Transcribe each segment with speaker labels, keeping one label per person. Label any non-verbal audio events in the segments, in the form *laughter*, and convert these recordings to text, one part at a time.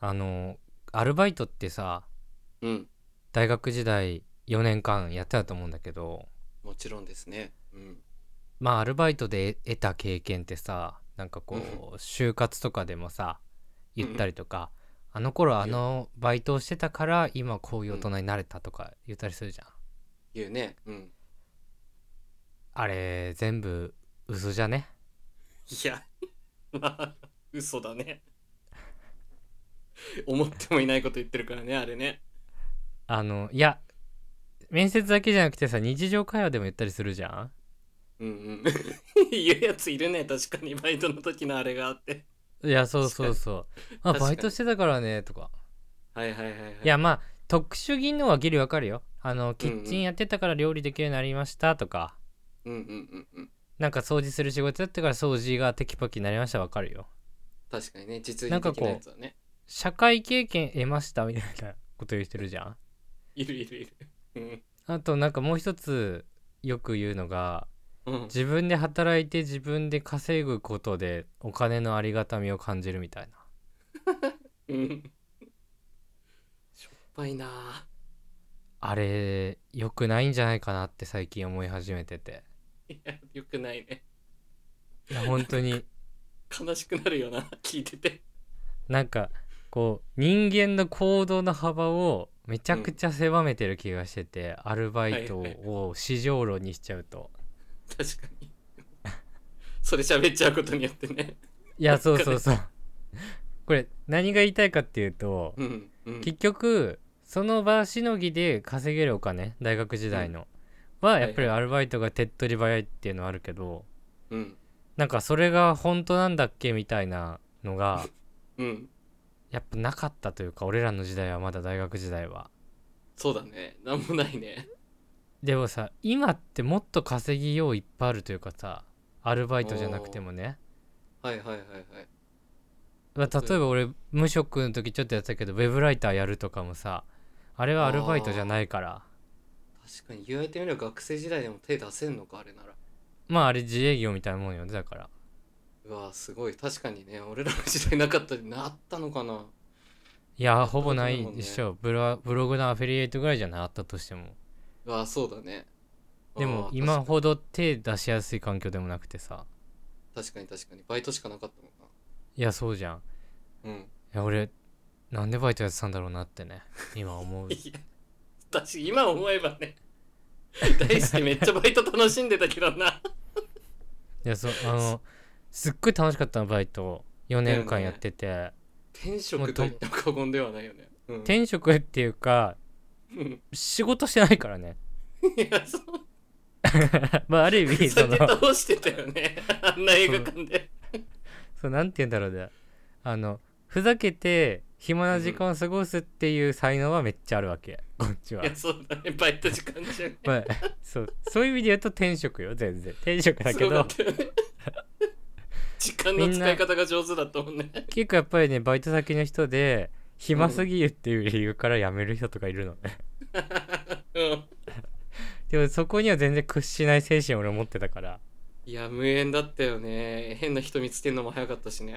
Speaker 1: あのアルバイトってさ
Speaker 2: うん
Speaker 1: 大学時代4年間やってたと思うんだけど
Speaker 2: もちろんですねうん
Speaker 1: まあアルバイトで得た経験ってさなんかこう就活とかでもさ言ったりとか、あの頃あのバイトをしてたから今こういう大人になれたとか言ったりするじゃん、
Speaker 2: 言うねうん
Speaker 1: あれ全部嘘じゃね
Speaker 2: いや *laughs* まあ嘘だ *laughs* ね思ってもいないこと言ってるからねあれね
Speaker 1: あのいや面接だけじゃなくてさ日常会話でも言ったりするじゃん
Speaker 2: うんうん *laughs* 言うやついるね確かにバイトの時のあれがあって
Speaker 1: いやそうそうそうあ
Speaker 2: 確か
Speaker 1: バ
Speaker 2: に
Speaker 1: イトしてたからねとか
Speaker 2: はいはいはいはい
Speaker 1: いやまあ特殊技能はギリわかるよあのキッチンやってたから料理できるようになりましたとか、
Speaker 2: うんうんうんうん
Speaker 1: なんか掃除する仕事やってたから掃除がテキパキになりましたわかるよ
Speaker 2: 確かにね実
Speaker 1: なん
Speaker 2: 技
Speaker 1: か
Speaker 2: 的
Speaker 1: こう
Speaker 2: なやつはね
Speaker 1: 社会経験得ましたみたいなこと言ってるじゃん
Speaker 2: いるいるいるうん
Speaker 1: あとなんかもう一つよく言うのが
Speaker 2: うん
Speaker 1: 自分で働いて自分で稼ぐことでお金のありがたみを感じるみたいな
Speaker 2: うんしょっぱいな
Speaker 1: あれ良くないんじゃないかなって最近思い始めてて
Speaker 2: いやよくないね
Speaker 1: いや本当に
Speaker 2: 悲しくなるよな聞いてて
Speaker 1: なんかこう人間の行動の幅をめちゃくちゃ狭めてる気がしてて、アルバイト
Speaker 2: はいはい
Speaker 1: を市場論にしちゃうと、
Speaker 2: 確かにそれ喋っちゃうことによってね
Speaker 1: いやそうそうそうこれ何が言いたいかっていうと、
Speaker 2: うんうん
Speaker 1: 結局その場しのぎで稼げるお金大学時代の、はやっぱりアルバイトが手っ取り早いっていうのはあるけど
Speaker 2: うん
Speaker 1: なんかそれが本当なんだっけみたいなのが
Speaker 2: うん
Speaker 1: やっぱなかったというか俺らの時代はまだ大学時代は
Speaker 2: そうだねなんもないね
Speaker 1: でもさ今ってもっと稼ぎよういっぱいあるというかさアルバイトじゃなくてもね、
Speaker 2: はいはいはいはい
Speaker 1: まあ、例えば俺無職の時ちょっとやってたけどウェブライターやるとかもさあれはアルバイトじゃないから
Speaker 2: 確かに言われてみれば学生時代でも手出せんのかあれなら
Speaker 1: まああれ自営業みたいなもんよねだから
Speaker 2: うわすごい確かにね俺らの時代なかったりなったのかない
Speaker 1: や
Speaker 2: ったこと
Speaker 1: ほぼない
Speaker 2: ないもん
Speaker 1: で
Speaker 2: ね
Speaker 1: しょ、ブロブログのアフィリエイトぐらいじゃないあったとしても
Speaker 2: うわそうだね
Speaker 1: でも
Speaker 2: あー
Speaker 1: 今ほど手出しやすい環境でもなくてさ
Speaker 2: 確かに確かにバイトしかなかったもん
Speaker 1: いやそうじゃんい
Speaker 2: なうん
Speaker 1: や俺なんでバイトやってたんだろうなってね今
Speaker 2: *laughs*
Speaker 1: 思う
Speaker 2: いや私今思えばね大輔めっちゃバイト楽しんでたけどない
Speaker 1: やそうあのすっごい楽しかったのバイト4年間やってて、
Speaker 2: 転職と言っても過言ではないよね、うん、
Speaker 1: 転職っていうか
Speaker 2: うん
Speaker 1: 仕事してないからね *laughs*
Speaker 2: いやそう
Speaker 1: まあある意味そ
Speaker 2: *laughs* それ
Speaker 1: の
Speaker 2: 倒してたよね *laughs* あんな映画館で
Speaker 1: そうなんて言うんだろうねあのふざけて暇な時間を過ごすっていう才能はめっちゃあるわけこっちはい
Speaker 2: やそうだねバイト時間中ね
Speaker 1: まあ、そうそういう意味で言うと転職よ全然転職だ
Speaker 2: す
Speaker 1: け
Speaker 2: ごか
Speaker 1: ど
Speaker 2: ったよね時間の使い方が上手だったもんね
Speaker 1: 結構やっぱりねバイト先の人で暇すぎるっていう理由から辞める人とかいるのね、
Speaker 2: うん
Speaker 1: でもそこには全然屈しない精神を俺持ってたから
Speaker 2: いや無縁だったよね変な人見つけるのも早かったしね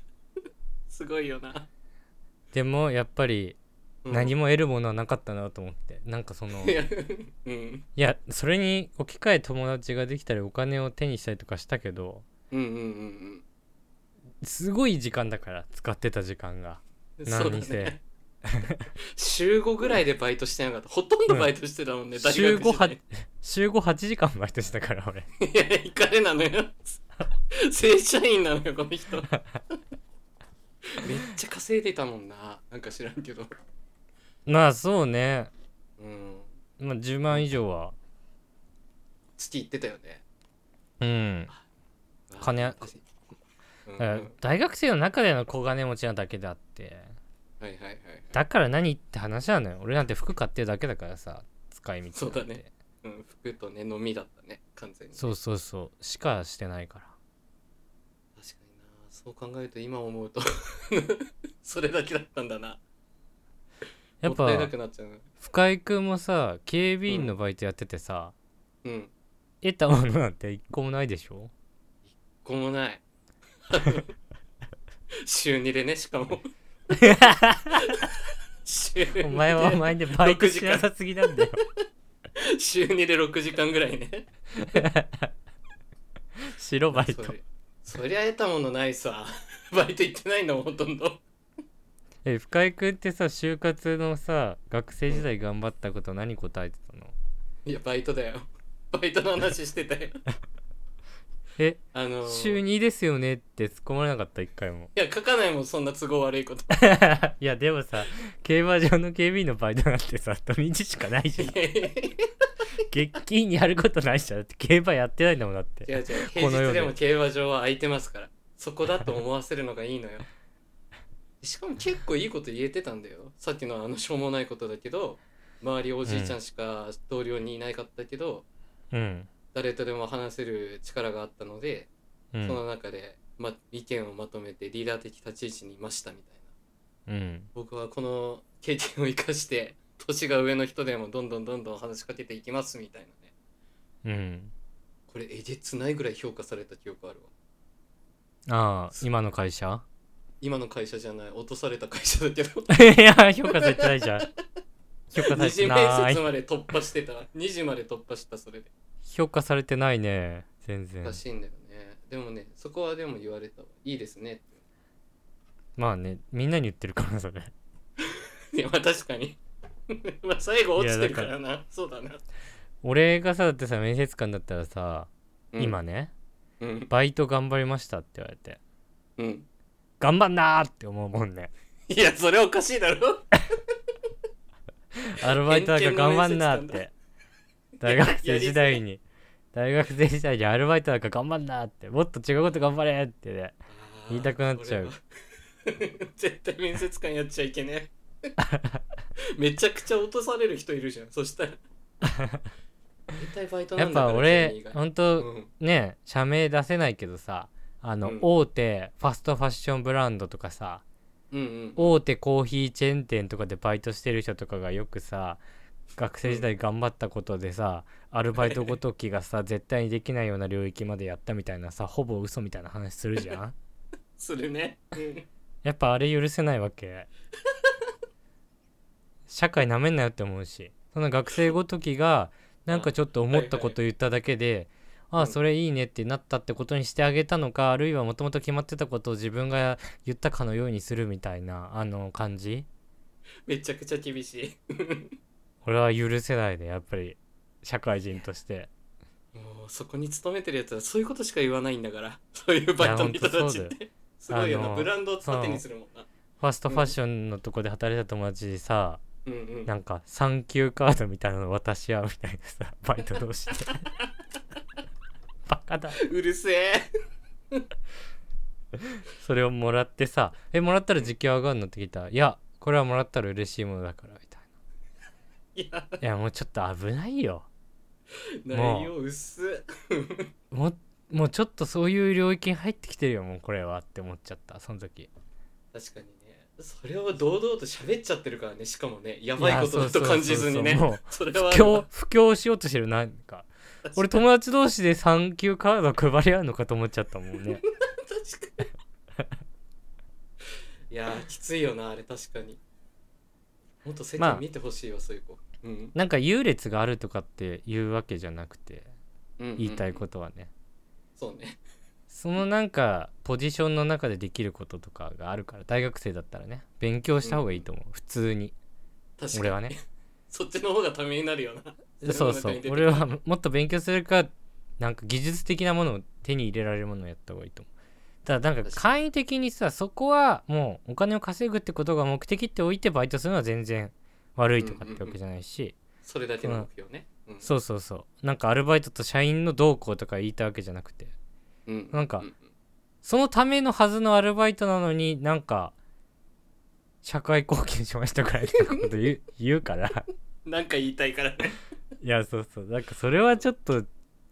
Speaker 2: *laughs* すごいよな、
Speaker 1: でもやっぱり
Speaker 2: うん
Speaker 1: 何も得るものはなかったなと思って、なんかその
Speaker 2: *laughs* い
Speaker 1: い
Speaker 2: やうん
Speaker 1: やそれに置き換え友達ができたりお金を手にしたりとかしたけど
Speaker 2: うんうんうん
Speaker 1: すごい時間だから使ってた時間が
Speaker 2: うん
Speaker 1: 何
Speaker 2: そうだ *laughs* ね週5ぐらいでバイトしてなかったほとんどバイトしてたもんね、大
Speaker 1: 週
Speaker 2: 学
Speaker 1: 5
Speaker 2: 時代
Speaker 1: は *laughs* 週5 8時間バイトしたから俺
Speaker 2: いや、イカレなのよ。正社員なのよ、この人。めっちゃ稼いでたもんな。なんか知らんけど。
Speaker 1: まあそうね、
Speaker 2: うん。
Speaker 1: まあ、10万以上は
Speaker 2: 月行ってたよね。
Speaker 1: うん金
Speaker 2: わあ私うんうん
Speaker 1: えー大学生の中での小金持ちなだけであって
Speaker 2: はいはいはい。
Speaker 1: だから何って話なのよ俺なんて服買ってるだけだからさ使い道なんて
Speaker 2: そうだねうん、服とね、飲みだったね、完全に。
Speaker 1: そうそうそうしかしてないから
Speaker 2: 確かにな。そう考えると、今思うと、それだけだったんだな。
Speaker 1: やっ
Speaker 2: もったい
Speaker 1: ぱ
Speaker 2: なくなっちゃうな。
Speaker 1: 深井君もさ警備員のバイトやっててさ、
Speaker 2: うん。
Speaker 1: 得たものなんて一個もないでしょ
Speaker 2: こもない。週2でね、しかも。週
Speaker 1: *laughs* お前はお前でバイト
Speaker 2: 6時
Speaker 1: し
Speaker 2: 間
Speaker 1: なさすぎなん *laughs* だよ
Speaker 2: *laughs* 週2で6時間ぐらいね
Speaker 1: 白バイト
Speaker 2: そりそりゃ得たものないさ *laughs* バイト行ってないんだもんほとんど
Speaker 1: え深井君ってさ就活のさ学生時代頑張ったこと何答えてたの、
Speaker 2: いやバイトだよバイトの話して
Speaker 1: *laughs*
Speaker 2: たよ
Speaker 1: え
Speaker 2: あの
Speaker 1: 週2ですよねって突っ込まれなかった一回も
Speaker 2: いや書かないもんそんな都合悪いこと
Speaker 1: *laughs* いやでもさ競馬場の警備員のバイトなんてさ土日しかないじゃん *laughs*
Speaker 2: いやいやい
Speaker 1: 月金にやることないじゃんだって競馬やってないんだもんだっ
Speaker 2: や
Speaker 1: て
Speaker 2: 違う違う
Speaker 1: この
Speaker 2: 平
Speaker 1: 世
Speaker 2: 日
Speaker 1: で
Speaker 2: でも競馬場は空いてますからそこだと思わせるのがいいのよしかも結構いいこと言えてたんだよさっきのあのしょうもないことだけど周りおじいちゃんしか同僚にいなかったけど、
Speaker 1: うん、
Speaker 2: 誰とでも話せる力があったので、
Speaker 1: うん
Speaker 2: その中で、ま、意見をまとめてリーダー的立ち位置にいましたみたい
Speaker 1: う
Speaker 2: な
Speaker 1: ん、
Speaker 2: 僕はこの経験を生かして年が上の人でもどんどんどんどん話しかけていきますみたいな
Speaker 1: う
Speaker 2: ね
Speaker 1: ん、
Speaker 2: これえげつないぐらい評価された記憶ある
Speaker 1: あ
Speaker 2: わ
Speaker 1: あ今の会社
Speaker 2: 今の会社じゃない落とされた会社だけど
Speaker 1: *laughs* いや評価されてないじゃん評価さ
Speaker 2: 二
Speaker 1: れ
Speaker 2: 次
Speaker 1: て
Speaker 2: 面
Speaker 1: な
Speaker 2: 接
Speaker 1: い
Speaker 2: まで突破してた2次まで突破したそれで
Speaker 1: 評価されてないね全然
Speaker 2: らしいんだよねでもねそこはでも言われたわいいですねって
Speaker 1: まあねみんなに言ってるからそれ
Speaker 2: いやまあ確かに *laughs* まあ最後落ちてるからなそうだな、
Speaker 1: *laughs* 俺がさだってさ面接官だったらさ、
Speaker 2: うん
Speaker 1: 今ね
Speaker 2: うん
Speaker 1: バイト頑張りましたって言われて
Speaker 2: うん
Speaker 1: 頑張んなーって思うも
Speaker 2: *laughs*
Speaker 1: んね
Speaker 2: いやそれおかしいだろ
Speaker 1: アルバイトなんか
Speaker 2: 偏見の
Speaker 1: 頑張んなーっ
Speaker 2: 面接
Speaker 1: て大学生時代に大学生時代にアルバイトなんか頑張んなーってもっと違うこと頑張れーってね言いたくなっちゃう
Speaker 2: 俺は *laughs* 絶対面接官やっちゃいけね
Speaker 1: *laughs*
Speaker 2: えめちゃくちゃ落とされる人いるじゃんそしたら絶対バイトな
Speaker 1: やっ
Speaker 2: んだから
Speaker 1: ぱ
Speaker 2: 君以
Speaker 1: 俺
Speaker 2: 外
Speaker 1: ほんと
Speaker 2: うん
Speaker 1: ね社名出せないけどさあの、
Speaker 2: うん
Speaker 1: 大手ファストファッションブランドとかさ
Speaker 2: うんうん
Speaker 1: 大手コーヒーチェーン店とかでバイトしてる人とかがよくさ学生時代頑張ったことでさ、アルバイトごときがさ絶対にできないような領域までやったみたいなさほぼ嘘みたいな話するじゃん
Speaker 2: するね、うん
Speaker 1: やっぱあれ許せないわけ社会なめんなよって思うしその学生ごときがなんかちょっと思ったこと言っただけで、
Speaker 2: はいはい
Speaker 1: ああそれいいねってなったってことにしてあげたのかあるいはもともと決まってたことを自分が言ったかのようにするみたいなあの感じ
Speaker 2: めちゃくちゃ厳しい
Speaker 1: 俺は許せないねやっぱり社会人として
Speaker 2: もうそこに勤めてるやつはそういうことしか言わないんだからそういうバイトの人たち
Speaker 1: い
Speaker 2: っ
Speaker 1: やほんとそう
Speaker 2: てすごいよ
Speaker 1: あ
Speaker 2: な
Speaker 1: の
Speaker 2: ブランドを縦にするもんな
Speaker 1: ファストファッションのとこで働いた友達にさ、
Speaker 2: うんうん
Speaker 1: なんか産休カードみたいなの渡し合うみたいなさバイト同士でバカだ
Speaker 2: うるせえ
Speaker 1: それをもらってさ「えもらったら時給上がるの?」って聞いたら「いやこれはもらったら嬉しいものだから」みたい
Speaker 2: いや *laughs*
Speaker 1: な「いやもうちょっと危ないよ
Speaker 2: 内容薄
Speaker 1: もうもうちょっとそういう領域に入ってきてるよもうこれは」って思っちゃったその時
Speaker 2: 確かにねそれを堂々と喋っちゃってるからねしかもねやばいことだと
Speaker 1: いやそうそうそうそう
Speaker 2: 感じずにね
Speaker 1: もう
Speaker 2: それは
Speaker 1: 布教布教しようとしてるなんか俺友達同士で産休カード配り合うのかと思っちゃったもんね *laughs*
Speaker 2: 確か *laughs* にいやーきついよなあれ確かにもっと世
Speaker 1: まあ
Speaker 2: 間見てほしいわ、そういう子、うん
Speaker 1: なんか優劣があるとかっていうわけじゃなくて
Speaker 2: うんうん
Speaker 1: 言いたいことはね
Speaker 2: そうね
Speaker 1: そのなんかポジションの中でできることとかがあるから大学生だったらね勉強した方がいいと思う普通に
Speaker 2: 確かに
Speaker 1: 俺はね
Speaker 2: そっちの方がためになるよな
Speaker 1: そうそう俺はもっと勉強するかなんか技術的なものを手に入れられるものをやった方がいいと思うただなんか簡易的にさそこはもうお金を稼ぐってことが目的っておいてバイトするのは全然悪いとかってわけじゃないし、
Speaker 2: それだけの目標ね、うん
Speaker 1: そうそうそうなんかアルバイトと社員の動向とか言いたわけじゃなくて
Speaker 2: うん
Speaker 1: なんか
Speaker 2: うう
Speaker 1: そのためのはずのアルバイトなのになんか社会貢献しましたくらいのこと *laughs* 言う言うから
Speaker 2: なんか言いたいからね
Speaker 1: いやそうそうなんかそれはちょっと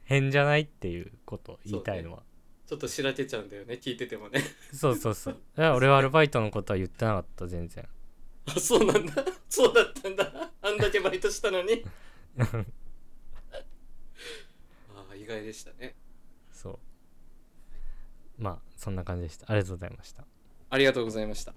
Speaker 1: 変じゃないっていうこと言いたいのは
Speaker 2: ちょっとしらけちゃうんだよね聞いててもね
Speaker 1: そうそうそう。だから俺はアルバイトのことは言ってなかった、全然。
Speaker 2: あそうなんだ *laughs* そうだったんだあんだけバイトしたのにああ意外でしたね
Speaker 1: そう。まあ、そんな感じでした。ありがとうございました。
Speaker 2: ありがとうございました